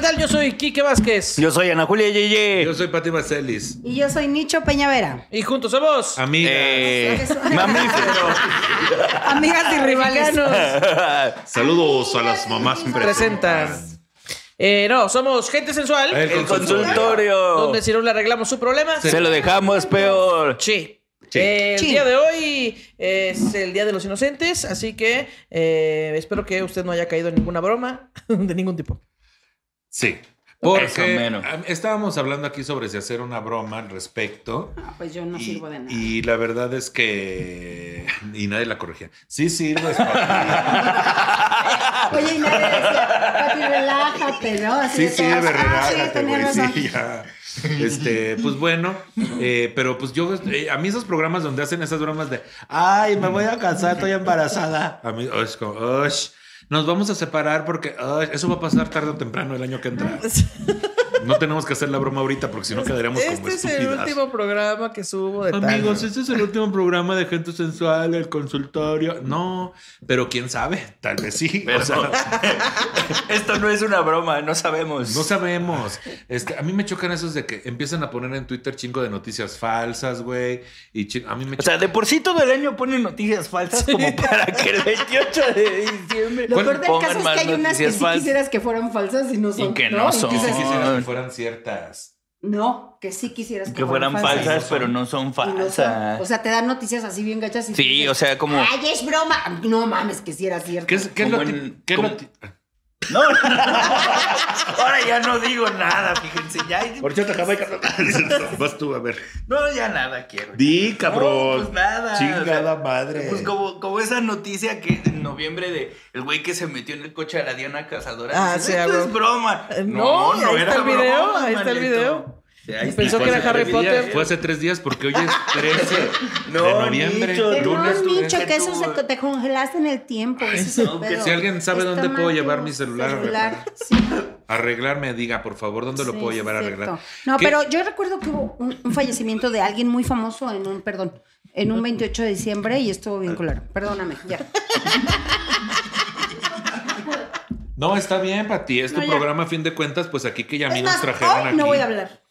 tal? Yo soy Quique Vázquez. Yo soy Ana Julia Yeye. Yo soy Pati Marcelis. Y yo soy Nicho Peñavera. Y juntos somos. Amiga. Eh, mamífero. Amigas y rivales. Saludos a las mamás Presentan. Eh, no, somos gente sensual. El El consultorio. consultorio. Donde si no le arreglamos su problema, Se lo dejamos peor. Sí. Sí. Eh, el Sí. día de hoy es el Día de los Inocentes, así que eh, espero que usted no haya caído en ninguna broma de ningún tipo. Sí. Eso Porque menos. ah, estábamos hablando aquí sobre si hacer una broma al respecto. Ah, pues yo no y, sirvo de nada. y la verdad es que. Y nadie la corregía. Sí, sirves. Pati. Oye, y nadie decía, papi, relájate, ¿no? Así Sí, de sí, todos, de "Ah, sí, relájate, tenías güey. razón". Sí, ya. Este, pues bueno, eh, pero pues yo, eh, a mí esos programas donde hacen esas bromas de, ay, me voy a casar, estoy embarazada. A mí, oh, es como, "Oh, sh, nos vamos a separar porque oh, eso va a pasar tarde o temprano el año que entra. No tenemos que hacer la broma ahorita porque si no quedaríamos como Este es el estúpidas. último programa que subo de tal. Amigos, este es el último programa de Gente Sensual, el consultorio. No, pero quién sabe, tal vez sí. Pero- O sea, Esto no es una broma, no sabemos. No sabemos. Este, a mí me chocan esos de que empiezan a poner en Twitter chingo de noticias falsas, güey. Y chi- a mí me O sea, chocan. de por sí todo el año ponen noticias falsas como para que el 28 de diciembre Pues Lo peor del pongan caso es más que hay unas que noticias sí falsas. quisieras que fueran falsas y no son. que no son. dices, Sí, sí, No. que fueran ciertas. no, que sí quisieras que, Que fueran falsas, pero no son Y no son. O falsas. sea, te dan noticias así bien gachas. Y Sí, dices, o sea, como- Ay, es broma. No mames, que sí era cierto. ¿Qué es, qué es lo Como ti- en- qué es lo como- ti- No, ahora ya no digo nada, fíjense, ya. Ahorita te acabo de casar. Vas tú a ver. No, ya nada quiero. Di, No, cabrón. pues nada. Chingada O sea, madre. Pues como, como esa noticia que en noviembre de el güey que se metió en el coche de la Diana Cazadora. Ah, Dices, sí, "Esto a huevo". es broma. Eh, no, ahí está el video, ahí está el video. O sea, ahí Y está. pensó Fue que era hace Harry tres Potter. días, Fue hace tres días porque hoy es 13 No, de noviembre. Nicho, Pero Lunes, no, tú- Nicho, que eso se tú- co- te congelaste en el tiempo. ese es el no, que pedo. si alguien sabe Está dónde puedo mal llevar tu mi celular a reparar. Sí, Arreglarme, diga, por favor, ¿dónde lo sí, puedo sí, llevar a cierto. arreglar? No, ¿Qué- pero yo recuerdo que hubo un, un fallecimiento de alguien muy famoso en un, perdón, en un 28 de diciembre y estuvo bien culero. Perdóname, ya. No, está bien, Pati. Es tu No, ya. programa, a fin de cuentas, pues aquí que ya a mí Es nos más, trajeron hoy aquí. no voy a hablar.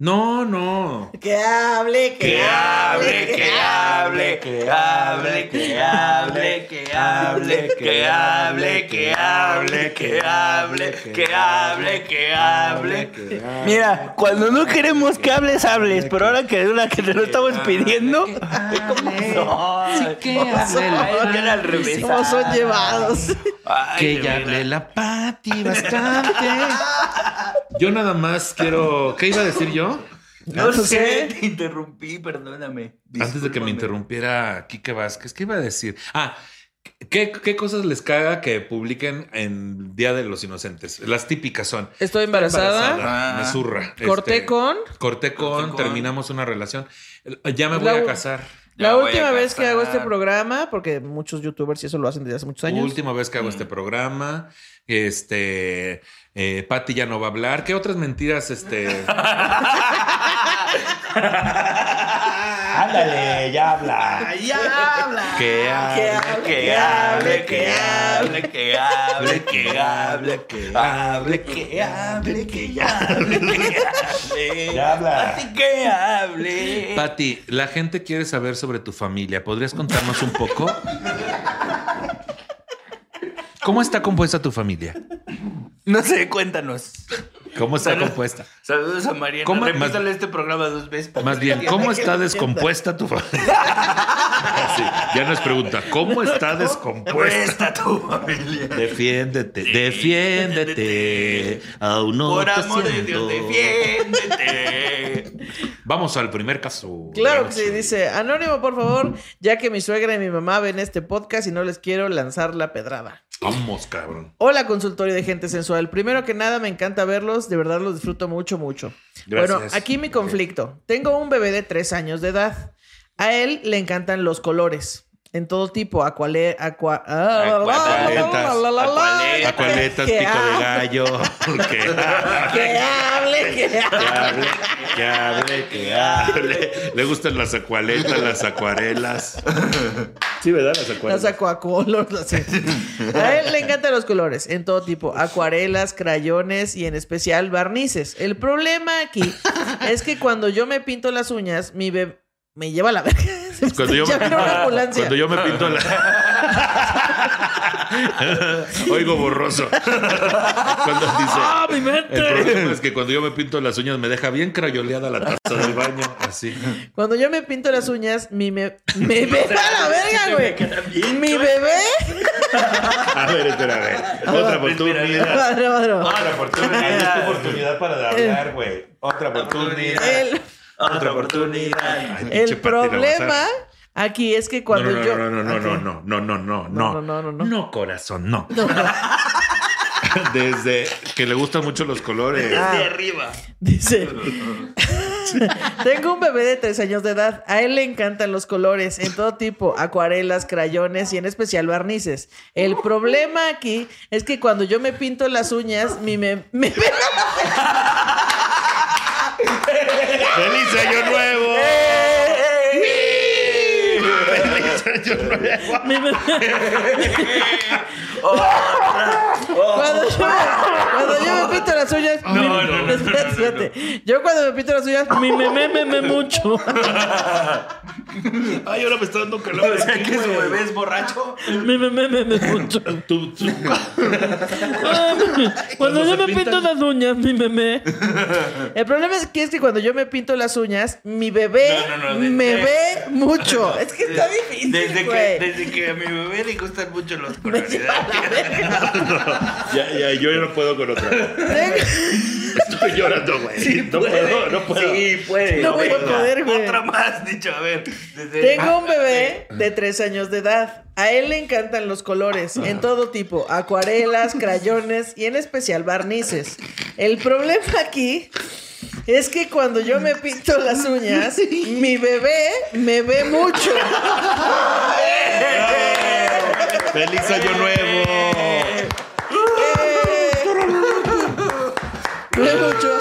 No, no. Que hable, Que hable, que hable, que hable, que hable, que hable, que hable, que hable, que hable, que hable, que hable. Mira, cuando no queremos que hables, hables, pero ahora que es la que te lo estamos pidiendo, ¿cómo son? que ¿Cómo hable. son? Ya era al revés. ¿Cómo son llevados? Ay, de Que ya verdad. hable la Pati bastante. Yo nada más quiero. ¿Qué iba a decir yo? No sé, te interrumpí, perdóname. Antes de que me Discúlpame. interrumpiera Quique Vázquez, ¿qué iba a decir? Ah, ¿qué, qué cosas les caga que publiquen en Día de los Inocentes? Las típicas son. Estoy embarazada. Ah. embarazada, me zurra. Corté Este, con. Corté Corté con, con. terminamos una relación. Ya me voy La a u- casar. Ya La voy a última vez que hago este casar. programa, porque muchos youtubers y eso lo hacen desde hace muchos años. Última vez Mm. que hago este programa. Este. eh, Pati ya no va a hablar. ¿Qué otras mentiras? Este. Ándale, ya habla. Ay, habla. Que hable, que hable, que hable, que hable, que hable, que hable, que hable, que hable, que hable. Ya habla. Así que hable. Pati, la gente quiere saber sobre tu familia. ¿Podrías contarnos un poco? ¿Cómo está compuesta tu familia? No sé, cuéntanos. ¿Cómo está Salud. compuesta? Saludos a Mariana. ¿Cómo- Repítale este programa dos veces. para Más que bien, entienda ¿cómo que- está descompuesta tu familia? Sí, ya no es pregunta. ¿Cómo está Pues, descompuesta? Cuesta tu familia. Defiéndete, defiéndete. Aún no Por te amor de Dios, siento. defiéndete. Vamos al primer caso. Claro que sí, dice Anónimo, por favor, ya que mi suegra y mi mamá ven este podcast y no les quiero lanzar la pedrada. Vamos, cabrón. Hola, consultorio de gente sensual. Primero que nada, me encanta verlos, de verdad los disfruto mucho, mucho. Gracias. Bueno, aquí mi conflicto. Tengo un bebé de tres años de edad. A él le encantan los colores. En todo tipo, acuale, acua, Acualetas, acualetas, Acualetas, Que pico de hable, gallo. ¿Qué? Que hable, que hable. Que hable, que hable, que hable. Le gustan las acualetas, las acuarelas. Sí, ¿verdad? Las acuarelas. Las sacó a color, las- A él le encantan los colores, en todo tipo, acuarelas, crayones y en especial barnices. El problema aquí es que cuando yo me pinto las uñas, mi bebé me lleva a la verga. Cuando yo, Ya me, vino una ambulancia. cuando yo me pinto la... Oigo borroso. cuando dice... ¡Ah, mi mente! El problema es que cuando yo me pinto las uñas me deja bien crayoleada la taza del baño. Así. Cuando yo me pinto las uñas, mi me... ¡Me ve a la verga, güey! ¡Mi bebé! A ver, espera, a Ah, ver. Otra oportunidad. Madre, madre. Ah, Otra Otra oportunidad. oportunidad para hablar, güey. Ah, Otra oportunidad. El, Otra oportunidad. Ay, el pinche Pati problema Lavazar. aquí es que No, cuando no, no, yo... no, no, no, no, Ok. no, no, no, no, No, no, no, no, no. No, corazón, no. Desde que le gustan mucho los colores. Ah. De arriba. Dice, tengo un bebé de tres años de edad. A él le encantan los colores en todo tipo, acuarelas, crayones y en especial barnices. El problema aquí es que cuando yo me pinto las uñas, mi me... me- ¡Feliz año nuevo! Eh. ¡Feliz año nuevo! cuando, yo, cuando yo me pinto las uñas... mi- no, no, no, espérate, espérate. Yo cuando me pinto las uñas, mi me me me, me mucho. Ay, ahora me está dando calor. O sea aquí, que su güey. bebé es borracho. Mi me me me, me mucho. Tú- tú- Cuando yo se me pintan- pinto las uñas, mi bebé. El problema es que es que cuando yo me pinto las uñas, mi bebé No, no, no, de- me de- ve mucho. Es que está difícil, Desde que, güey. desde que a mi bebé le gustan mucho los colores. Ya, ya, yo ya no puedo con otra. Estoy llorando, güey. no puedo, no puedo. Sí, puede. No voy a Venga, poder, güey. Otra más, dicho, a ver. desde- ah, Tengo un bebé Ah. de tres años de edad. A él le encantan los colores, en todo tipo, acuarelas, crayones y en especial barnices. El problema aquí es que cuando yo me pinto las uñas, mi bebé me ve mucho. ¡Feliz año nuevo! ¡Eh! Ve mucho.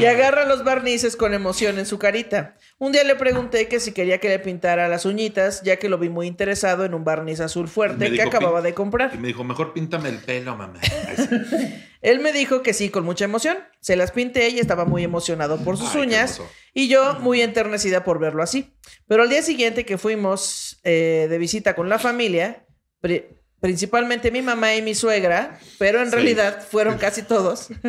Y agarra los barnices con emoción en su carita. Un día le pregunté que si quería que le pintara las uñitas, ya que lo vi muy interesado en un barniz azul Me fuerte que dijo, acababa "Pin- de comprar. Y me dijo, mejor píntame el pelo, mamá. Él me dijo que sí, con mucha emoción. Se las pinté y estaba muy emocionado por sus Ay, qué uñas. hermoso. Y yo muy enternecida por verlo así. Pero al día siguiente que fuimos eh, de visita con la familia, pri- principalmente mi mamá y mi suegra, pero en realidad fueron casi todos,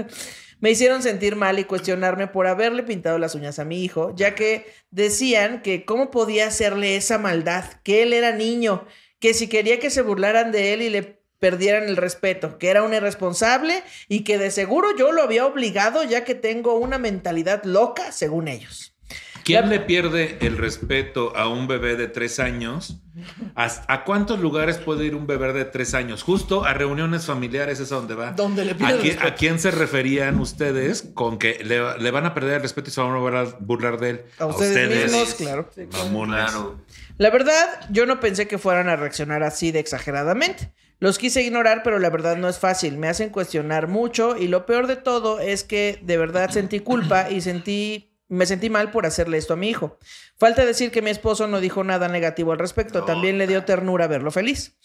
me hicieron sentir mal y cuestionarme por haberle pintado las uñas a mi hijo, ya que decían que cómo podía hacerle esa maldad, que él era niño, que si quería que se burlaran de él y le perdieran el respeto, que era un irresponsable y que de seguro yo lo había obligado ya que tengo una mentalidad loca, según ellos. ¿Quién le pierde el respeto a un bebé de tres años? ¿Hasta- ¿A cuántos lugares puede ir un bebé de tres años? Justo a reuniones familiares es a donde va. Donde le pide ¿A el quién, respeto. a quién se referían ustedes con que le, le van a perder el respeto y se van a burlar- burlar de él? A ustedes, mismos, claro. Mamones. Claro. La verdad, yo no pensé que fueran a reaccionar así de exageradamente. Los quise ignorar, pero la verdad no es fácil. Me hacen cuestionar mucho y lo peor de todo es que de verdad sentí culpa y sentí me sentí mal por hacerle esto a mi hijo. Falta decir que mi esposo no dijo nada negativo al respecto. También le dio ternura verlo feliz,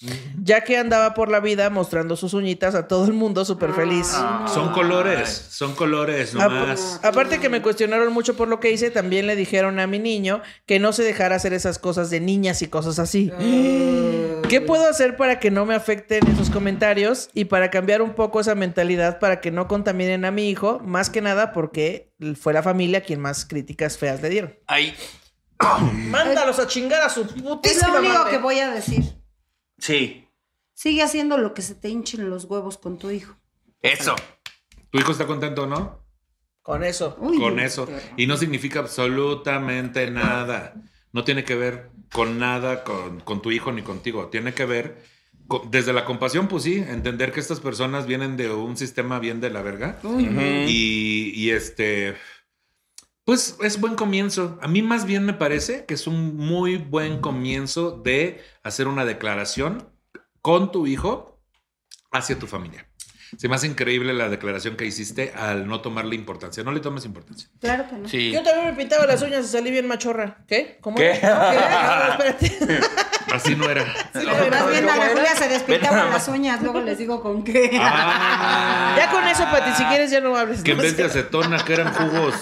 ya que andaba por la vida mostrando sus uñitas a todo el mundo súper feliz. Ah, Son colores, son colores Ap- nomás. aparte que me cuestionaron mucho por lo que hice, también le dijeron a mi niño que no se dejara hacer esas cosas de niñas y cosas así. Ah. ¿Qué puedo hacer para que no me afecten esos comentarios y para cambiar un poco esa mentalidad para que no contaminen a mi hijo? Más que nada porque fue la familia quien más críticas feas le Eh, dieron. Ahí. Mándalos a chingar a su Es lo putísima único madre. que voy a decir. Sí. Sigue haciendo lo que se te hinchen los huevos con tu hijo. Eso. Tu hijo está contento, ¿no? Con eso. Uy, con eso. Y no significa absolutamente nada. No tiene que ver con nada, con, con tu hijo ni contigo. Tiene que ver con- desde la compasión, pues sí, entender que estas personas vienen de un sistema bien de la verga. Y, y este, pues es buen comienzo. A mí más bien me parece que es un muy buen comienzo de hacer una declaración con tu hijo hacia tu familia. Se me hace increíble la declaración que hiciste al no tomarle importancia. No le tomes importancia. Claro que no. Sí. Yo también me pintaba las uñas y salí bien machorra. ¿Qué? ¿Cómo? ¿Qué? era? ¿Qué? No, espérate. Así no era. Más bien a la ¿Cómo Julia era? se Ve despintaba nada las uñas, luego les digo con qué. Ah. Ya con eso, Pati, si quieres ya no hables. Que en ¿no? vez de acetona, que eran jugos.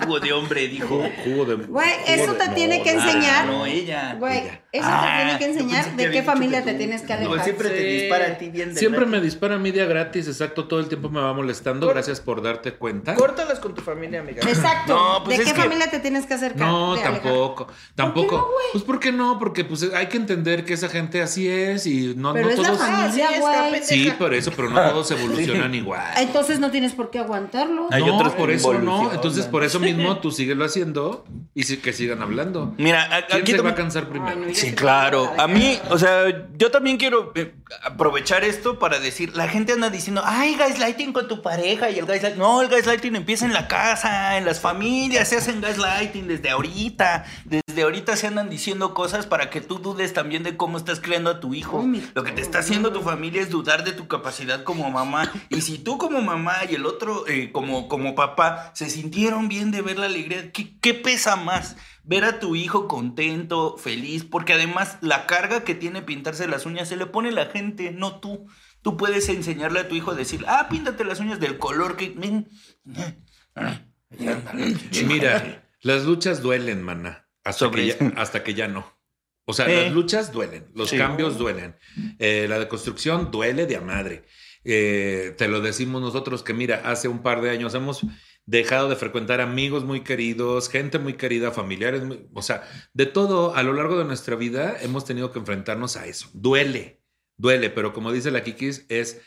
Jugo de hombre, dijo. Ah, Jugo, jugo de. Güey, jugo eso de- te no, tiene que no. enseñar. No, ella. Güey, Ya. eso Ah, te tiene que yo pensé enseñar había de qué dicho familia que te tú- tienes que No, alejar. siempre te Sí. dispara a ti bien de Siempre gratis. me dispara media gratis, exacto. Todo el tiempo me va molestando. Cor- Gracias por darte cuenta. Córtalas con tu familia, amiga. Exacto. No, pues ¿De es qué que- familia te tienes que acercar? No, de alejar? tampoco. Tampoco. no, güey? pues porque no, porque pues hay que entender que esa gente así es y no, Pero no es la todos. familia. Ah, sí, está güey. pendeja. sí, por eso, pero no todos evolucionan igual. Entonces no tienes por qué aguantarlo. Ay. Hay no, otros que por eso no. evolucionan. Entonces, por eso mismo tú síguelo haciendo y sí- que sigan hablando. Mira, a- ¿Quién aquí se va también- a cansar primero? Ay, no, yo Sí, siempre claro. digo, A mí, o sea, yo también quiero eh, aprovechar esto para decir, la gente anda diciendo, ay, gaslighting con tu pareja y el gaslighting. No, el gaslighting empieza en la casa, en las familias, se hacen gaslighting desde ahorita. Desde ahorita se andan diciendo cosas para que tú dudes también de cómo estás creando a tu hijo. Ay, mi- Lo que te está haciendo tu familia es dudar de tu capacidad como mamá. Y si tú como mamá y el otro eh, como, como papá se sintieron bien de ver la alegría, ¿qué, qué pesa más? Ver a tu hijo contento, feliz, porque además la carga que tiene pintarse las uñas se le pone la gente, no tú. Tú puedes enseñarle a tu hijo a decir, ah, píntate las uñas del color que... ven". Mira, las luchas duelen, mana. Hasta, Sobre que ya, eso. hasta que ya no. O sea, Eh. las luchas duelen, los Sí. cambios duelen. Eh, la deconstrucción duele de a madre. Eh, te lo decimos nosotros que, mira, hace un par de años hemos dejado de frecuentar amigos muy queridos, gente muy querida, familiares, muy- o sea, de todo a lo largo de nuestra vida hemos tenido que enfrentarnos a eso. Duele, duele, pero como dice la Kikis, es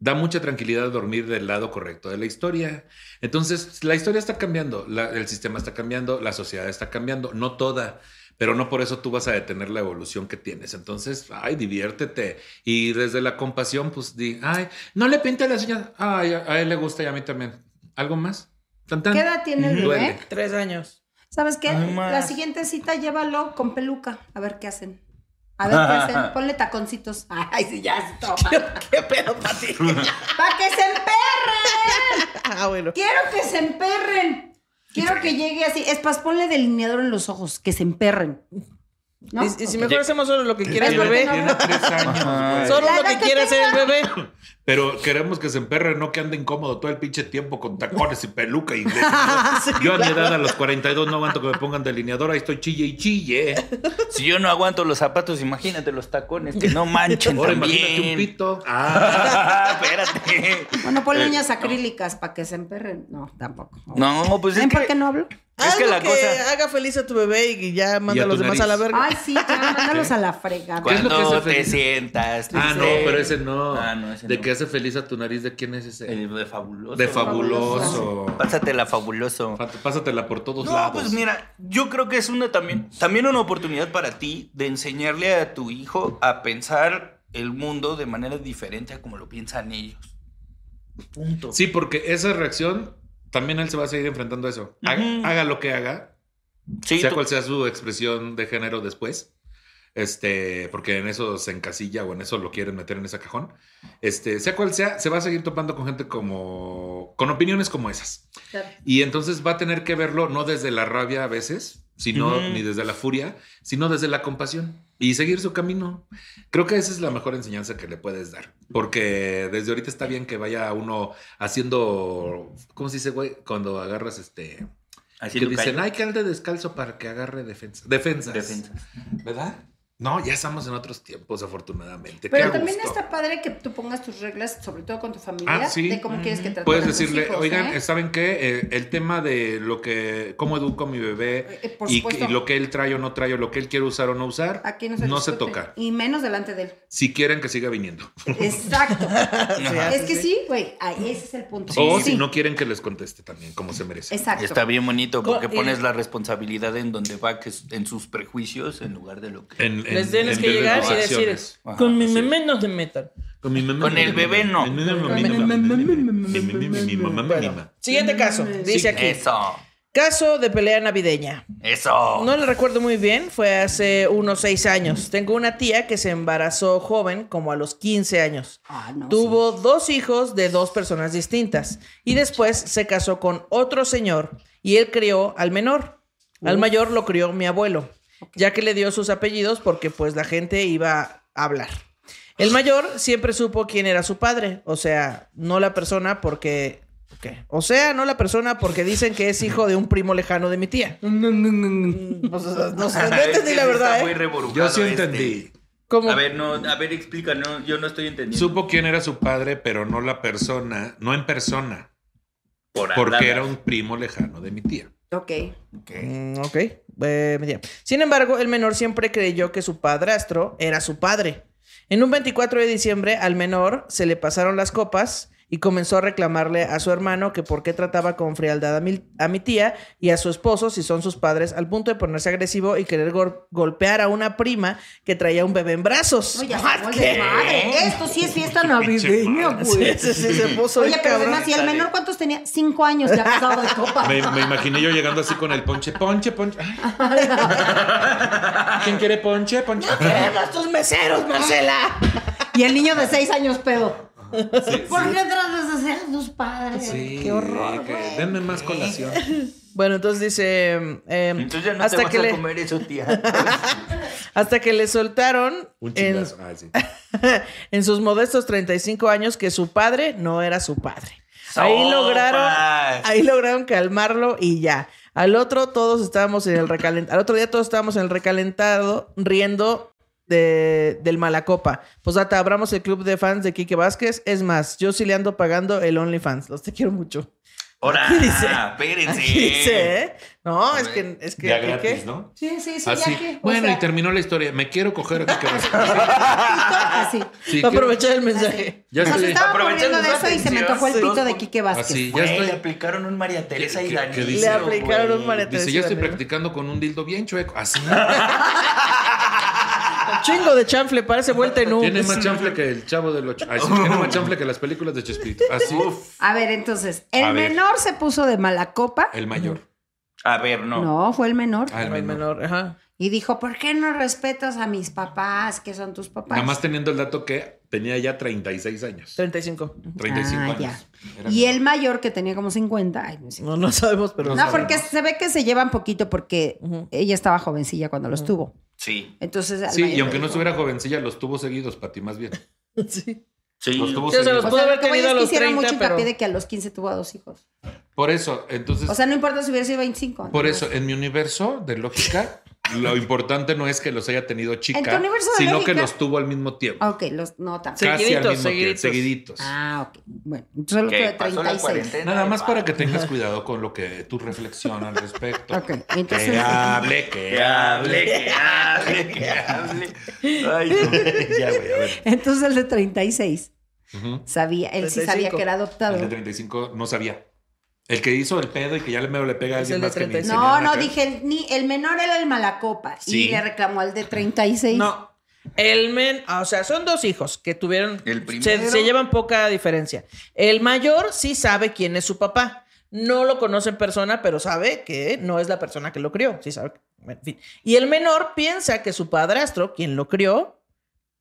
da mucha tranquilidad dormir del lado correcto de la historia. Entonces, la historia está cambiando, la- el sistema está cambiando, la sociedad está cambiando, no toda, pero no por eso tú vas a detener la evolución que tienes. Entonces, ay, diviértete. Y desde la compasión, pues di, ay, no le pinte las uñas. Ay, a, a él le gusta y a mí también. ¿Algo más? Tan, tan. ¿Qué edad tiene el Duele. bebé? Tres años. ¿Sabes qué? Ay, la más. siguiente cita llévalo con peluca. A ver qué hacen. A ver qué hacen. Ponle taconcitos. Ay, sí, ya se toma. ¿Qué pedo, Pati? ¡Para que se emperren! ah, bueno. ¡Quiero que se emperren! Quiero que llegue así. Es más, ponle delineador en los ojos, que se emperren. ¿No? Y, y si mejor hacemos solo lo que quiera el Tiene- bebé. tiene tres años, pues. Solo La lo edad que que quiera hacer el tenga. bebé. Pero queremos que se emperre, no que ande incómodo todo el pinche tiempo con tacones y peluca. Y Sí, Yo a claro. mi edad, a los 42, no aguanto que me pongan delineador. Ahí estoy chille y chille. Si yo no aguanto los zapatos, imagínate los tacones, que no manchen Ahora también. imagínate un pito. Ah, Espérate. Bueno, ponle uñas acrílicas para que se emperren. No, tampoco. No, pues es ¿Ven por que, qué no hablo? es Haz que lo la que cosa... haga feliz a tu bebé y ya manda a tu los demás a la nariz. verga. Ay, sí, ya, mándalos a la fregada. ¿Qué es lo que hace Cuando te feliz? sientas. Ah, no, triste. pero ese no. Ah, no, ese de no. que hace feliz a tu nariz, ¿de quién es ese? El de fabuloso. de fabuloso. Pásatela fabuloso. Fat- Pásatela por todos No, lados. pues mira, yo creo que es una también, también una oportunidad para ti de enseñarle a tu hijo a pensar el mundo de manera diferente a como lo piensan ellos. Punto. Sí, porque esa reacción también él se va a seguir enfrentando a eso. Haga, Ujú. haga lo que haga, Sí, sea tú- cual sea su expresión de género después. Este, porque en eso se encasilla o en eso lo quieren meter en ese cajón. Este, sea cual sea, se va a seguir topando con gente como. con opiniones como esas. Y entonces va a tener que verlo no desde la rabia a veces, sino Ujú. ni desde la furia, sino desde la compasión y seguir su camino. Creo que esa es la mejor enseñanza que le puedes dar, porque desde ahorita está bien que vaya uno haciendo, ¿cómo se dice, güey? Cuando agarras este, así que lo dicen, "Ah, pues". callo. hay que ande descalzo para que agarre defensa, defensas, Defensas. ¿verdad? No, ya estamos en otros tiempos, afortunadamente. Qué Pero a también gusto. está padre que tú pongas tus reglas, sobre todo con tu familia, Ah, sí. de cómo quieres que traten Puedes a tus decirle, hijos, oigan, ¿eh? ¿saben qué? Eh, el tema de lo que, cómo educo a mi bebé Eh, eh, por y, supuesto. y lo que él trae o no trae, o lo que él quiere usar o no usar, Aquí no se, discute. toca. Y menos delante de él. Si quieren que siga viniendo. Exacto. Sí, es hace, que sí. sí, güey, ahí ese es el punto. o Sí. si no quieren que les conteste también, como se merece. Exacto. Está bien bonito porque Co- y- pones la responsabilidad en donde va, que es en sus prejuicios en lugar de lo que... En- en- Les tienes en que vez de llegar y acciones. decir, Ajá, con mi así meme no se metan. Con, mi mamá, Con mi el mamá, bebé, no. mi mamá, mi mamá, Con mi el mamá, mi bebé, no. mamá, mi mamá, mi mamá, mi mamá, mi Bueno, mamá. siguiente caso, dice aquí. Eso, Caso de pelea navideña. eso. No le recuerdo muy bien, fue hace unos seis años. Tengo una tía que se embarazó joven, como a los 15 años. Ah, no, Tuvo dos hijos de dos personas distintas y después se casó con otro señor y él crió al menor. Al mayor lo crió mi abuelo. ya que le dio sus apellidos porque pues la gente iba a hablar. El mayor siempre supo quién era su padre, o sea, no la persona porque... ¿qué? O sea, no la persona porque dicen que es hijo de un primo lejano de mi tía. Mm, Mm, pues, O sea, no, sé, no entendí la verdad, Está muy ¿eh? reborujado Yo sí este. entendí. Como- A ver, no, a ver, explica, no, yo no estoy entendiendo. Supo quién era su padre, pero no la persona, no en persona, Por porque andar. era un primo lejano de mi tía. Ok. Mm, ok. Eh, media. Sin embargo, el menor siempre creyó que su padrastro era su padre. En un 24 de diciembre, al menor se le pasaron las copas y comenzó a reclamarle a su hermano que por qué trataba con frialdad a mi, a mi tía y a su esposo si son sus padres, al punto de ponerse agresivo y querer gor- golpear a una prima que traía un bebé en brazos. Oye, Ah, ¿qué? madre. Esto sí es fiesta navideña, güey. Sí, sí, sí, se puso Oye, bien pero cabrón. además, ¿y el menor cuántos tenía? Cinco años ya pasado de copa. Me, me imaginé yo llegando así con el ponche, ponche, ponche. Ay. ¿Quién quiere ponche, ponche? Eran tus meseros, Marcela! Y el niño de seis años pedo. ¿Por qué tratas de ser a tus padres? Sí, Qué horror. que- güey. denme más colación. Bueno, entonces dice... em, em, Entonces ya no hasta te vas que a le- comer eso, tía. Pues, Hasta que le soltaron Un en, chingazo. Ah, sí. en sus modestos 35 años que su padre no era su padre. Ahí Sopas. lograron, ahí lograron calmarlo y ya. Al otro todos estábamos en el recalen- al otro día todos estábamos en el recalentado riendo de, del Malacopa. Pues data, abramos el club de fans de Quique Vázquez. Es más, yo sí le ando pagando el OnlyFans. Los te quiero mucho. Ahora, Aquí dice. espérense. Aquí dice, ¿eh? No, es que, es que Ya Quique- gratis, ¿no? Sí, sí, sí, Así. ya que. o Bueno, sea, y terminó la historia. Me quiero coger a Kike Vázquez. Así. Sí, Va a quiero- aprovechar el mensaje. Ya Nos estoy- estaba Aprovechando corriendo de su eso y se me atención, antojó el sí. pito de Quique Vázquez. Así, ya Güey, estoy. le aplicaron un María Teresa ¿Qué- y qué- qué Daniel. Le dice? aplicaron un María Dice, Teresa yo estoy Daniel. practicando con un dildo bien chueco. Así. Chingo de chanfle, parece vuelta en un. Tiene más chanfle que el chavo del ocho. Así. Tiene más chanfle que las películas de Chespirito. Así. A ver, entonces, A el ver. menor se puso de mala copa. El mayor. A ver, no. No, fue el menor. Ah, el Al menor. menor, ajá. Y dijo, ¿por qué no respetas a mis papás, que son tus papás? Nada más teniendo el dato que tenía ya 36 años. 35. 35 Ah, años. ya. Era Y menor. el mayor, que tenía como 50. Ay, no, es cierto. No, no sabemos, pero. No, porque se ve que se llevan poquito porque Ujú. ella estaba jovencilla cuando los tuvo. Sí. Entonces, al Sí, mayor y le aunque no dijo, estuviera jovencilla, los tuvo seguidos, Pati, más bien. Sí. Sí. Los tuvo Sí, o sea, seguidos. los- Pues Pudo haber lo que voy tenido es a que los hicieron 30, mucho hincapié pero- de que a los 15 tuvo a dos hijos. Por eso, entonces, O sea, no importa si hubiera sido 25. por ¿no? eso, en mi universo de lógica, lo importante no es que los haya tenido chica, En tu universo de sino lógica- que los tuvo al mismo tiempo. Ah, Ok, los no tan- Sí. Casi al Seguiditos, mismo tiempo, seguiditos. seguiditos. Ah, ok. Bueno, entonces lo tuve Que pasó la 36. cuarentena. Nada más va. para que tengas cuidado con lo que tu reflexión al respecto. Ok, entonces. Que hable, que Que hable, que hable, que hable. Ay, no. ya, güey, a ver. Entonces el de 36 Ujú. sabía, él sí 35. sabía que era El de adoptado. 35 no sabía. El que hizo el pedo y que ya le medio le pega a Es alguien el de más que ni 35. No, tenían no, acá. dije, el, ni, el menor era el malacopa Sí. y le reclamó al de 36. No, El men, ah, o sea, son dos hijos que tuvieron. El primero. se, se llevan poca diferencia. El mayor sí sabe quién es su papá. No lo conoce en persona, pero sabe que no es la persona que lo crió. Sí sabe. que- en fin. Y el menor piensa que su padrastro, quien lo crió,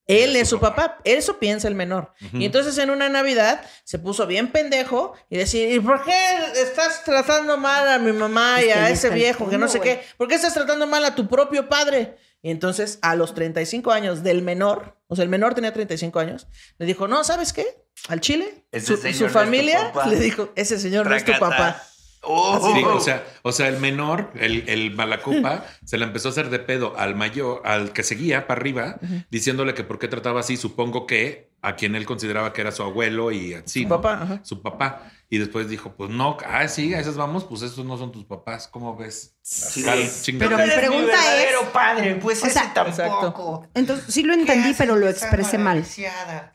él es su papá. Eso piensa el menor. Y entonces en una Navidad se puso bien pendejo y decir, ¿y por qué estás tratando mal a mi mamá Es y que a ahí ese está el viejo que no culo, sé güey. qué? ¿Por qué estás tratando mal a tu propio padre? Y entonces a los 35 años del menor, o sea, el menor tenía 35 años, le dijo, no, ¿sabes qué? Al Chile, Ese su, señor su no es tu familia papá. le dijo, ese señor no es tu Tracata. papá. Oh. Sí, o sea, o sea, el menor, el, el malacopa, se le empezó a hacer de pedo al mayor, al que seguía para arriba, diciéndole que por qué trataba así, supongo que a quien él consideraba que era su abuelo y así. Su ¿no? papá, ajá. Su papá. Y después dijo, pues no, ah, sí, a esas vamos, pues esos no son tus papás, ¿cómo ves? Sí. Claro, Pero chingada. mi pregunta es- verdadero padre, pues O sea, ese tampoco. Entonces, sí lo entendí, pero lo expresé mal. Sí, la-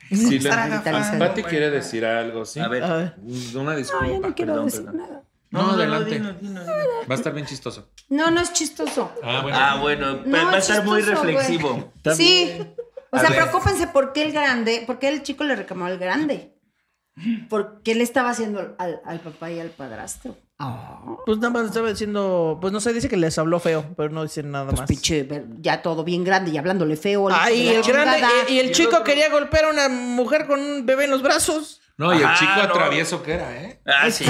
Sara Vitalizada. Pati quiere decir algo, ¿sí? A ver. A ver. Una disculpa. No, yo no quiero perdón, decir perdón. nada. No, adelante. dilo, dilo, dilo. Va a estar bien chistoso. No, no es chistoso. Ah, bueno. Ah, bueno, No, pues va a estar muy chistoso, güey. reflexivo. Sí. O A sea, ver. preocúpense por qué el grande, por qué el chico le reclamó al grande. ¿Por qué le estaba haciendo al, al papá y al padrastro? Pues nada más estaba diciendo, pues no sé, dice que les habló feo, pero no dice nada Pues más. pinche, ver- ya todo bien grande y hablándole feo. le Ay, hizo de el la grande, chingada. y, y el chico quería golpear a una mujer con un bebé en los brazos. ah, No, y el Ajá, chico no. atravieso que era, ¿eh? Ah, sí.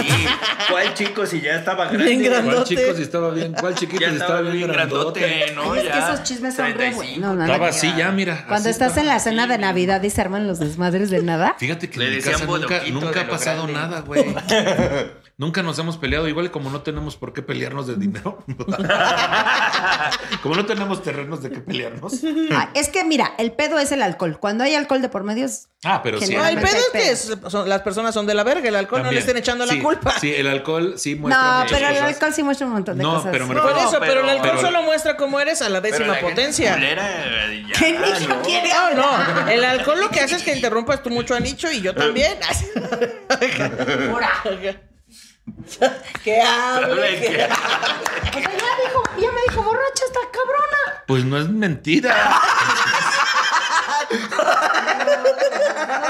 ¿Cuál chico si ya estaba grande? este, Bien grande. ¿Cuál Grandote. chico si estaba bien? ¿Cuál chiquito Ya si Pues estaba bien grandote, ¿no? Ay, es ya. que esos chismes son re 35. buenos. Estaba así ya, mira. Cuando así estás estaba. en la cena de Navidad y se arman los desmadres de nada. Fíjate que Le en mi decían casa nunca, bodoquito nunca de ha lo pasado grande. nada, güey. nunca nos hemos peleado. Igual y como no tenemos por qué pelearnos de dinero. como no tenemos terrenos de qué pelearnos. Ah, es que mira, el pedo es el alcohol. Cuando hay alcohol de por medio es- Ah, pero sí. No, No, el Pero- pedo es que es- son- las personas son de la verga. El alcohol no le también. estén echando Sí, la culpa. Sí, el alcohol sí muestra No, muchas pero el cosas. alcohol sí muestra un montón de No, cosas. pero me Por refiero- eso, pero el pero- alcohol pero- solo muestra cómo eres a la Pero décima la gente potencia. culera, eh, ya, ¿Qué niño ¿no? quiere No, hablar? no. El alcohol lo que hace es que interrumpas tú mucho a Nicho Ah. y yo también. Ahora. que hable, que Hable, que- O sea, ya, dijo, ya me dijo borracha esta cabrona. Pues no es mentira.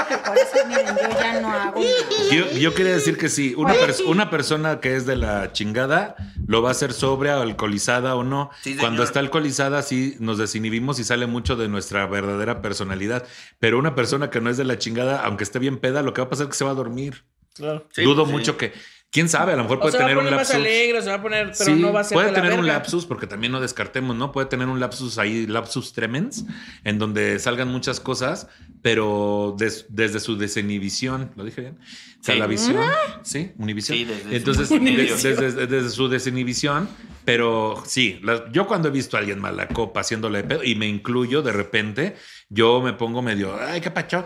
Que por eso, miren, yo ya no hago. nada. Yo, yo quería decir que sí, una, pers- una persona que es de la chingada lo va a hacer sobria, alcoholizada o no. Sí, señor. Cuando está alcoholizada sí nos desinhibimos y sale mucho de nuestra verdadera personalidad. Pero una persona que no es de la chingada, aunque esté bien peda, lo que va a pasar es que se va a dormir. Sí, pues Dudo sí. mucho que, quién sabe, a lo O mejor puede se va a tener poner un más lapsus. alegre, se va a poner, pero Sí, no va a ser puede de la tener un verga. lapsus, porque también no descartemos, ¿no? Puede tener un lapsus ahí, lapsus tremens, en donde salgan muchas cosas, pero des- desde su desinhibición, ¿lo dije bien? O sea, Sí. la visión, ¿sí? Univisión. Sí, desde su- Entonces, Univisión. de- desde, desde su desinhibición, pero sí, la- yo cuando he visto a alguien mala copa haciéndole de pedo, y me incluyo de repente, yo me pongo medio, ay, qué pacho.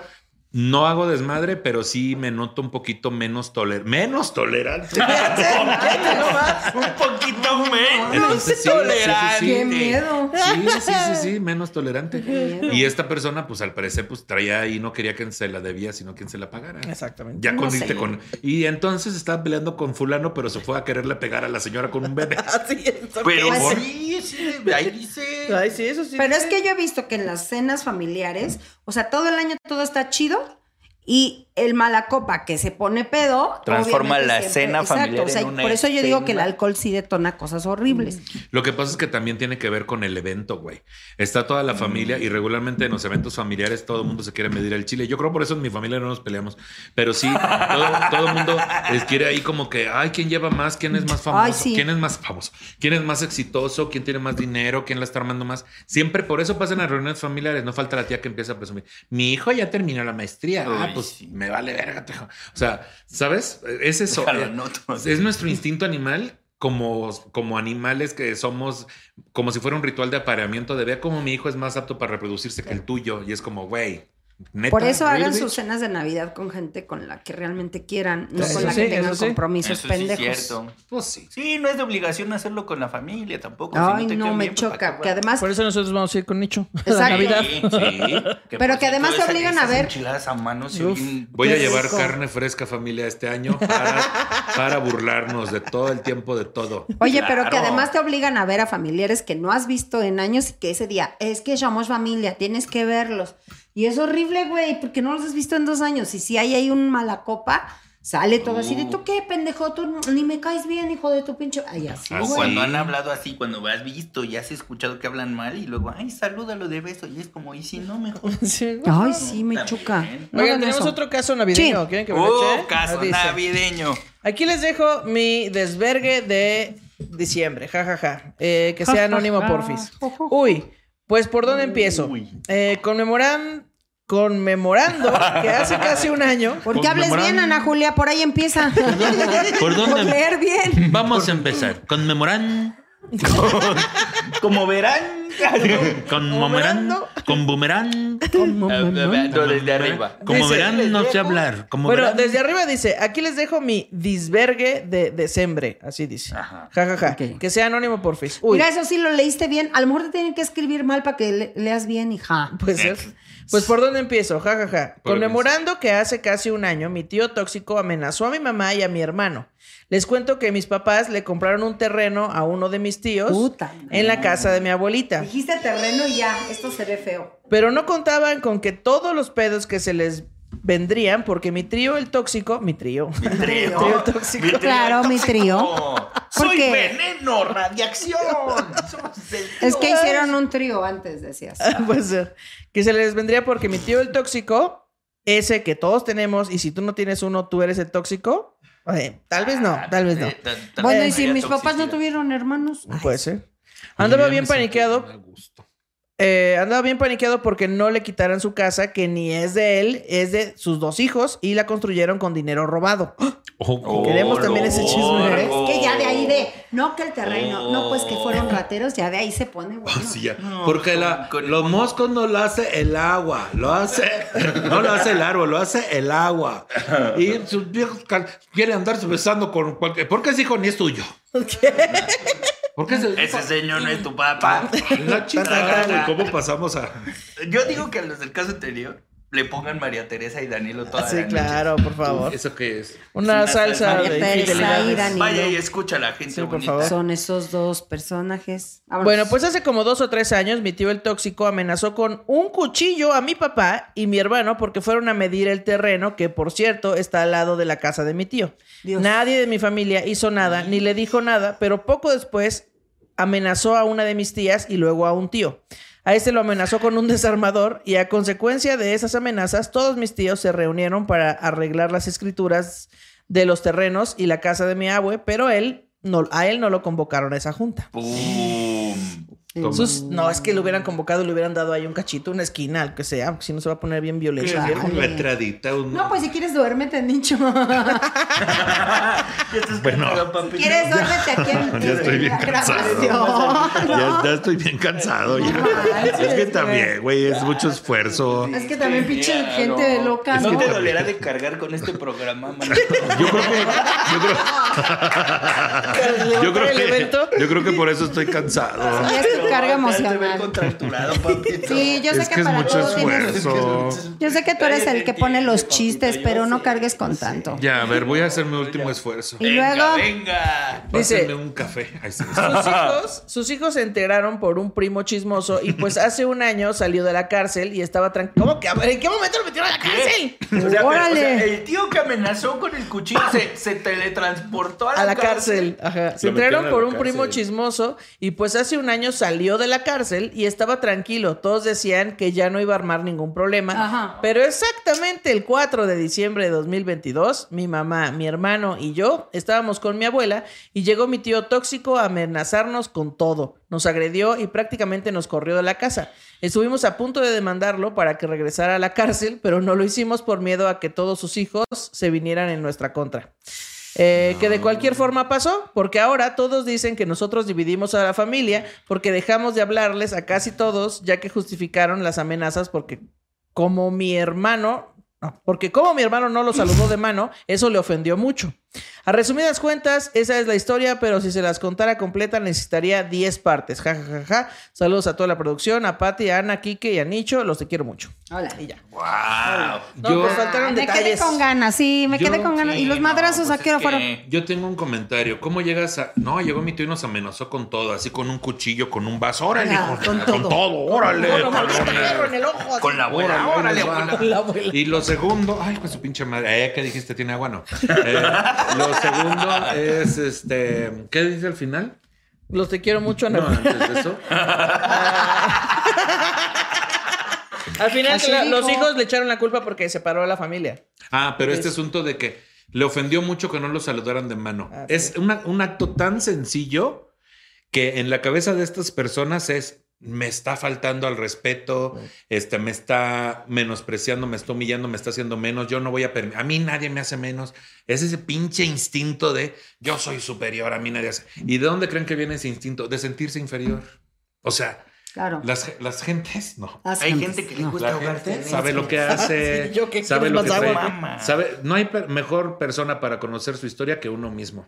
No hago desmadre, pero sí me noto un poquito menos toler menos tolerante. Un poquito menos ¿Eh? Entonces, sí, sí, sí, sí. tolerante. Qué miedo. Sí, sí, sí, sí, menos tolerante. Y esta persona, pues al parecer, pues traía y no quería que se la debía, sino quien se la pagara. Exactamente. Ya No con, sé. irte con. Y entonces estaba peleando con fulano, pero se fue a quererle pegar a la señora con un bebé. Así es. ok. Pero Pues- sí, sí, ahí dice. Ay, sí, eso sí. Pero es que yo he visto que en las cenas familiares, o sea, todo el año todo está chido y el mala copa que se pone pedo Transforma obviamente la cena familiar o sea, en una Por eso yo digo que el escena. alcohol sí detona cosas horribles. Lo que pasa es que también tiene que ver con el evento, güey. Está toda la familia y regularmente en los eventos familiares todo el mundo se quiere medir el chile. Yo creo por eso en mi familia no nos peleamos. Pero sí, todo, todo el mundo les quiere ahí como que, ay, ¿quién lleva más? ¿Quién es más famoso? Ay, sí. ¿Quién es más famoso? ¿Quién es más exitoso? ¿Quién tiene más dinero? ¿Quién la está armando más? Siempre por eso pasan a reuniones familiares. No falta la tía que empieza a presumir. Mi hijo ya terminó la maestría. ah, Ay, pues sí. me vale verga. tu hijo. O sea, ¿sabes? Es eso. Déjalo, Eh, no, tú. es nuestro instinto animal como, como animales que somos, como si fuera un ritual de apareamiento de vea cómo mi hijo es más apto para reproducirse que el tuyo. Y es como, güey, neta. Por eso ¿really, hagan bitch? sus cenas de Navidad con gente con la que realmente quieran, no Eso con la sí, que eso tengan sí. compromisos Eso sí es pendejos. cierto. Pues sí. Sí, no es de obligación hacerlo con la familia tampoco. Ay, Si te no, caen me bien, pues, ¿para choca. qué Que vas? además, Por eso nosotros vamos a ir con Nicho. a Exacto. La Navidad. Sí, sí. Pero por que además cierto, te obligan esas- a ver. esas Enchiladas a mano se Uf. oyen- Voy a Qué llevar rico. carne fresca familia este año para, para burlarnos de todo el tiempo de todo. oye, pero que Claro. además te obligan a ver a familiares que no has visto en años y que ese día es que somos familia, tienes que verlos. Y es horrible, güey, porque no los has visto en dos años. Y si hay ahí un mala copa, sale todo así de Uh. tú qué, pendejo, tú ni me caes bien, hijo de tu pinche. Ay, así, Ah, O güey. cuando han hablado así, cuando has visto y has escuchado que hablan mal y luego, ay, salúdalo de beso. Y es como, y si no, mejor. Sí. Ay, sí, me También. choca. No Oigan, hagan tenemos eso. otro caso navideño. Sí. ¿Quieren que me lo Uh, ¡Oh, eche? caso Ah, dice. navideño! Aquí les dejo mi desvergue de diciembre, jajaja. Eh, que Ja, sea ja, anónimo, ja. porfis. Uy, pues ¿por dónde empiezo? Eh, conmemoran- conmemorando que hace casi un año. Porque hables bien, Conmemorando. Ana Julia, por ahí empieza. ¿Por dónde? Por leer bien. Vamos a empezar. Conmemorando. Como verán, Ah, Con Conmemorando. Con boomerang. no, desde arriba. Como Dice, verán, no sé hablar. Como Bueno, desde arriba dice, aquí les dejo mi disvergue de diciembre, así dice. Ajá. Jajaja. Ok. Que sea anónimo porfis. Uy, Mira, eso sí lo leíste bien. A lo mejor te tienen que escribir mal para que le- leas bien, hija. Puede ser. Pues por dónde empiezo, jajaja. Conmemorando que hace casi un año mi tío tóxico amenazó a mi mamá y a mi hermano. Les cuento que mis papás le compraron un terreno a uno de mis tíos Puta en la casa de mi abuelita. Dijiste terreno y ya, esto se ve feo. Pero no contaban con que todos los pedos que se les vendrían porque mi trío el tóxico, mi trío. Mi trío. trío tóxico. Mi trío Claro, mi tóxico. trío. ¿Por Soy qué? veneno, radiación. Somos el Es que trío. hicieron un trío antes, decías. Puede ser. Que se les vendría porque mi tío el tóxico ese que todos tenemos y si tú no tienes uno, tú eres el tóxico. Oye, tal vez no, tal vez no. Eh, Bueno, y si mis papás no tuvieron hermanos. No Puede ser. Andaba Ya bien me siento paniqueado. mal gusto. eh, andaba bien paniqueado porque no le quitaran su casa, que ni es de él, es de sus dos hijos y la construyeron con dinero robado. Oh, Queremos también ese chisme, Es Oh. que ya de ahí de, no que el terreno, no pues que fueron rateros, ya de ahí se pone bueno. Oh. Ah, sí, ya. Porque la- los moscos no lo hace el agua, lo hace, no lo hace el árbol, lo hace el agua. Y sus viejos cal- quieren andarse besando con cualquier. ¿Por qué ese hijo ni es tuyo? ¿Por qué ese, Ese señor no es tu papá. La chingada, güey, ¿Cómo pasamos a.? Yo digo que a los del caso anterior le pongan María Teresa y Danilo toda Ah, Sí, la noche. claro, por favor. ¿Eso qué es? Una una salsa salsa de de Pérez ahí, infidelidades. Dani. Vaya y escucha a la gente Sí, por bonita. favor. Son esos dos personajes. Vámonos. Bueno, pues hace como dos o tres años mi tío el tóxico amenazó con un cuchillo a mi papá y mi hermano porque fueron a medir el terreno que por cierto está al lado de la casa de mi tío. Dios. Nadie de mi familia hizo nada ni le dijo nada, pero poco después amenazó a una de mis tías y luego a un tío. A este lo amenazó con un desarmador y a consecuencia de esas amenazas todos mis tíos se reunieron para arreglar las escrituras de los terrenos y la casa de mi abue, pero él no, a él no lo convocaron a esa junta. ¡Pum! Toma. Sus- no, es que lo hubieran convocado y le hubieran dado ahí un cachito, una esquina, al que sea, porque si no se va a poner bien violento. Claro. Una retradita, un- No, pues si quieres duérmete, Nicho. Ya estás Bueno. cansado, papi. quieres duérmete aquí en Ya estoy bien en la cansado. grabación. Ya, ya estoy bien cansado ya. manches, es que güey. también, güey, es mucho esfuerzo. Es que también pinche Claro. gente loca, No ¿no? te dolerá de cargar con este programa, mano. Yo creo que, yo creo, yo creo el que, evento. yo creo que por eso estoy cansado. Ya es tu carga emocional. contracturado, papito. Sí, yo sé Es que, que es para mucho todo tienes... esfuerzo. Yo sé que tú eres el que pone los Papito, chistes, yo pero no sé, cargues yo con sé. tanto. Ya, a ver, voy a hacer mi último esfuerzo. Y Venga, luego- venga. Dice- Pásenme un café. Ahí está. Sus hijos, sus hijos se enteraron por un primo chismoso y pues hace un año salió de la cárcel y estaba tranquilo. ¿Cómo que? A ver, ¿en qué momento lo metieron a la cárcel? O sea, Órale. pero, o sea, el tío que amenazó con el cuchillo se, se teletransportó a la, A la cárcel. Ajá. Se Lo metieron enteraron a la por un cárcel. primo chismoso y pues hace un año salió de la cárcel y estaba tranquilo. Todos decían que ya no iba a armar ningún problema. Ajá. Pero exactamente el 4 de diciembre de 2022, mi mamá, mi hermano y yo estábamos con mi abuela y llegó mi tío tóxico a amenazarnos con todo. Nos agredió y prácticamente nos corrió de la casa. Estuvimos a punto de demandarlo para que regresara a la cárcel, pero no lo hicimos por miedo a que todos sus hijos se vinieran en nuestra contra. Eh, Que de cualquier forma pasó, porque ahora todos dicen que nosotros dividimos a la familia porque dejamos de hablarles a casi todos, ya que justificaron las amenazas porque como mi hermano, no, porque como mi hermano no lo saludó de mano, eso le ofendió mucho. A resumidas cuentas, esa es la historia, pero si se las contara completa necesitaría 10 partes. Ja, ja, ja, ja. Saludos a toda la producción, a Pati, a Ana, Kike y a Nicho, los te quiero mucho. Hola. Y ya. ¡Wow! No, Yo- pues faltaron Ah, me quedé detalles. con ganas, sí, me Yo- quedé con ganas. ¿Y los pues madrazos a qué hora fueron? Yo tengo un comentario. ¿Cómo llegas a.? No, llegó mi tío y nos amenazó con todo, así con un cuchillo, con un vaso. Órale, Ah, hijo de- con con, todo. todo. órale. Bueno, cabrón. maldito perro en el ojo, Con la abuela, órale, ahí les va. abuela. la abuela. Y lo segundo, ay, con su pinche madre, eh, ¿qué dijiste? ¿Tiene agua? No. Eh, lo segundo es este. ¿Qué dice al final? Los te quiero mucho, Ana. No, antes de eso. Al final Así la- dijo. los hijos le echaron la culpa porque separó a la familia. Ah, pero este asunto de que le ofendió mucho que no lo saludaran de mano. Ah, es una- un acto tan sencillo que en la cabeza de estas personas es me está faltando al respeto, este, me está menospreciando, me está humillando, me está haciendo menos, yo no voy a permitir, a mí nadie me hace menos. Es ese pinche instinto de yo soy superior, a mí nadie hace. ¿Y de dónde creen que viene ese instinto? De sentirse inferior. O sea, Claro. las, las gentes, no. Las Hay gentes, gente que le Pues no. gusta La ahogarte. gente sabe lo que hace, Sí, yo qué sabe quiero lo que más trae, agua. Mamá. sabe- no hay per- mejor persona para conocer su historia que uno mismo.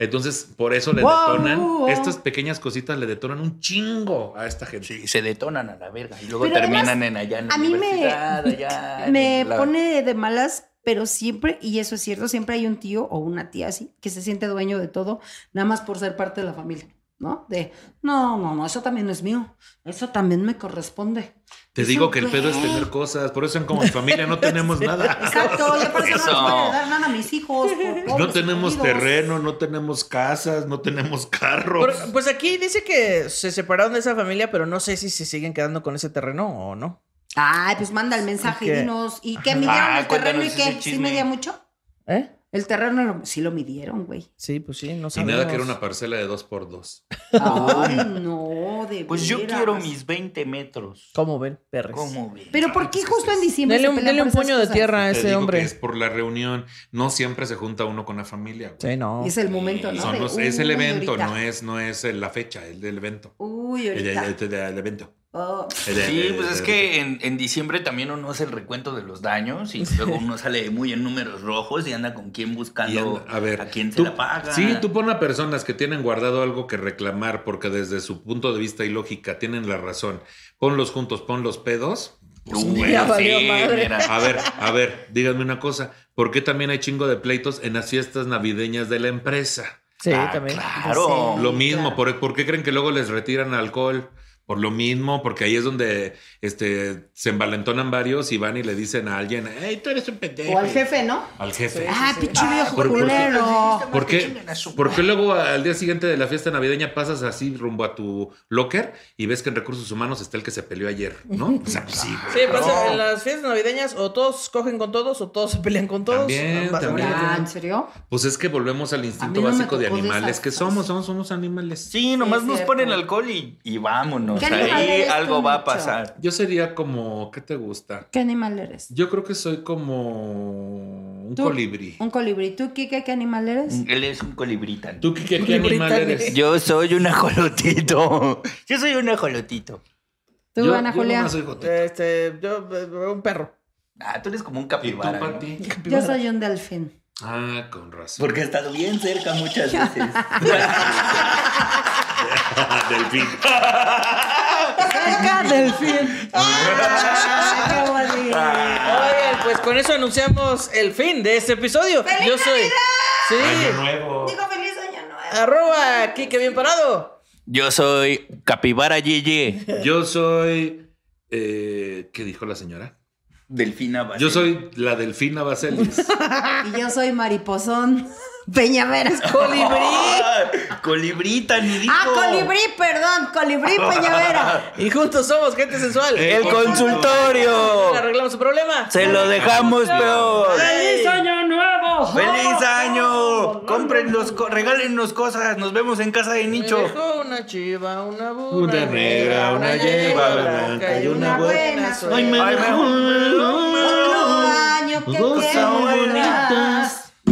Entonces, por eso le Wow, detonan, wow. estas pequeñas cositas le detonan un chingo a esta gente. Sí, se detonan a la verga y luego Pero terminan además, en allá en la a mí me- universidad, allá en Me la- pone de malas, pero siempre, y eso es cierto, siempre hay un tío o una tía así que se siente dueño de todo, nada más por ser parte de la familia, ¿no? De, no, no, no, eso también es mío, eso también me corresponde. Te ¿Eso digo que el qué? pedo es tener cosas, por eso en como en familia no tenemos nada. Exacto, yo por eso, no les Eso. voy a dar nada a mis hijos. por No pobres tenemos jodidos. terreno, no tenemos casas, no tenemos carros. Por- pues aquí dice que se separaron de esa familia, pero no sé si se siguen quedando con ese terreno o no. Ay, pues manda el mensaje ¿Qué? y dinos. ¿Y qué midieron Ah, el terreno cuéntanos y ese qué? ¿Sí chisme. medía mucho? ¿Eh? El terreno lo- sí lo midieron, güey. Sí, pues sí, no Y sabemos. nada que era una parcela de dos por dos. Ay, no, de Pues yo veras. quiero mis 20 metros. ¿Cómo ven, perres? ¿Cómo ves? Pero ¿por qué justo en diciembre? Dele pues se un, pelean dele un por esas puño de cosas? tierra a Te ese digo hombre. que es por la reunión. No siempre se junta uno con la familia. güey. Sí, no. Es el momento, ¿no? Son De, los- es el uy, evento, ahorita. no es, no es la fecha, el del evento. Uy, El, ahorita. el- el- el evento. Oh. El- el- Sí, el- pues es el- que en, en diciembre también uno hace el recuento de los daños y luego uno sale muy en números rojos y anda con quién Y buscando anda- ah, a ver, quién se tú- la paga. Sí, tú pon a personas que tienen guardado algo que reclamar porque desde su punto de vista y lógica tienen la razón. Ponlos juntos, pon los pedos. Uy, Ya valió sí, madre. mira. A ver, a ver, díganme una cosa. ¿Por qué también hay chingo de pleitos en las fiestas navideñas de la empresa? Sí, Ah, también. Claro. Lo mismo, claro. ¿por, por qué creen que luego les retiran alcohol? Por lo mismo, porque ahí es donde este, se envalentonan varios y van y le dicen a alguien, hey, tú eres un pendejo. O al jefe, ¿no? Al jefe. Ah, pinche viejo ¿por- por qué? culero. ¿Por qué, por qué luego al día siguiente de la fiesta navideña pasas así rumbo a tu locker y ves que en recursos humanos está el que se peleó ayer, ¿no? O sea, pues sí, güey. Sí, pues No. en las fiestas navideñas o todos cogen con todos o todos se pelean con todos. También, Ambas también. habilidades. Ah, ¿en serio? Pues es que volvemos al instinto no me básico de tocó de animales esas que cosas. somos, somos, somos animales. Sí, nomás Sí, nos cierto. ponen alcohol y, y vámonos. ¿Qué animal Ahí eres tú, algo va a Nacho? pasar. Yo sería como, ¿qué te gusta? ¿Qué animal eres? Yo creo que soy como un Tú. colibrí. Un colibrí. ¿Tú, Kike, qué animal eres? Él es un colibrita. ¿Tú qué, qué, qué Colibrí animal también. eres? Yo soy un ajolotito. Yo soy un ajolotito. ¿Tú, Yo- Ana yo Julia? nomás soy gotita. Este, yo, eh, un perro. Ah, tú eres como un ¿Y tú, capibara. ¿no? Pati? Yo soy un delfín. Ah, con razón. Porque he estado bien cerca muchas veces. Delfín. Cerca delfín. ¡Qué bonito! Oigan, pues con eso anunciamos el fin de este episodio. ¡Feliz yo soy. Sí. Año nuevo. Digo, feliz año nuevo. Arroba Kike Bien Parado. Yo soy capibara Gigi. Yo soy. eh, ¿Qué dijo la señora? Delfina Basile. Yo soy la delfina Baselis. Y yo soy mariposón. Peñaveras. Colibrí. Ah, Colibrita, ni dijo. Ah, colibrí, perdón. Colibrí, Peñavera. Y juntos somos gente sensual. El consultorio. Le Arreglamos su problema. Se lo dejamos peor. ¡Feliz año nuevo! ¡Feliz año! Cómprennos, co- regálennos cosas. Nos vemos en casa de Me Nicho. dejó una chiva, una burra, Una negra, una yegua blanca y una buena suerte. Ay, me Ay, Otro me- año que Dos queda. abuelitas.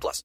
plus.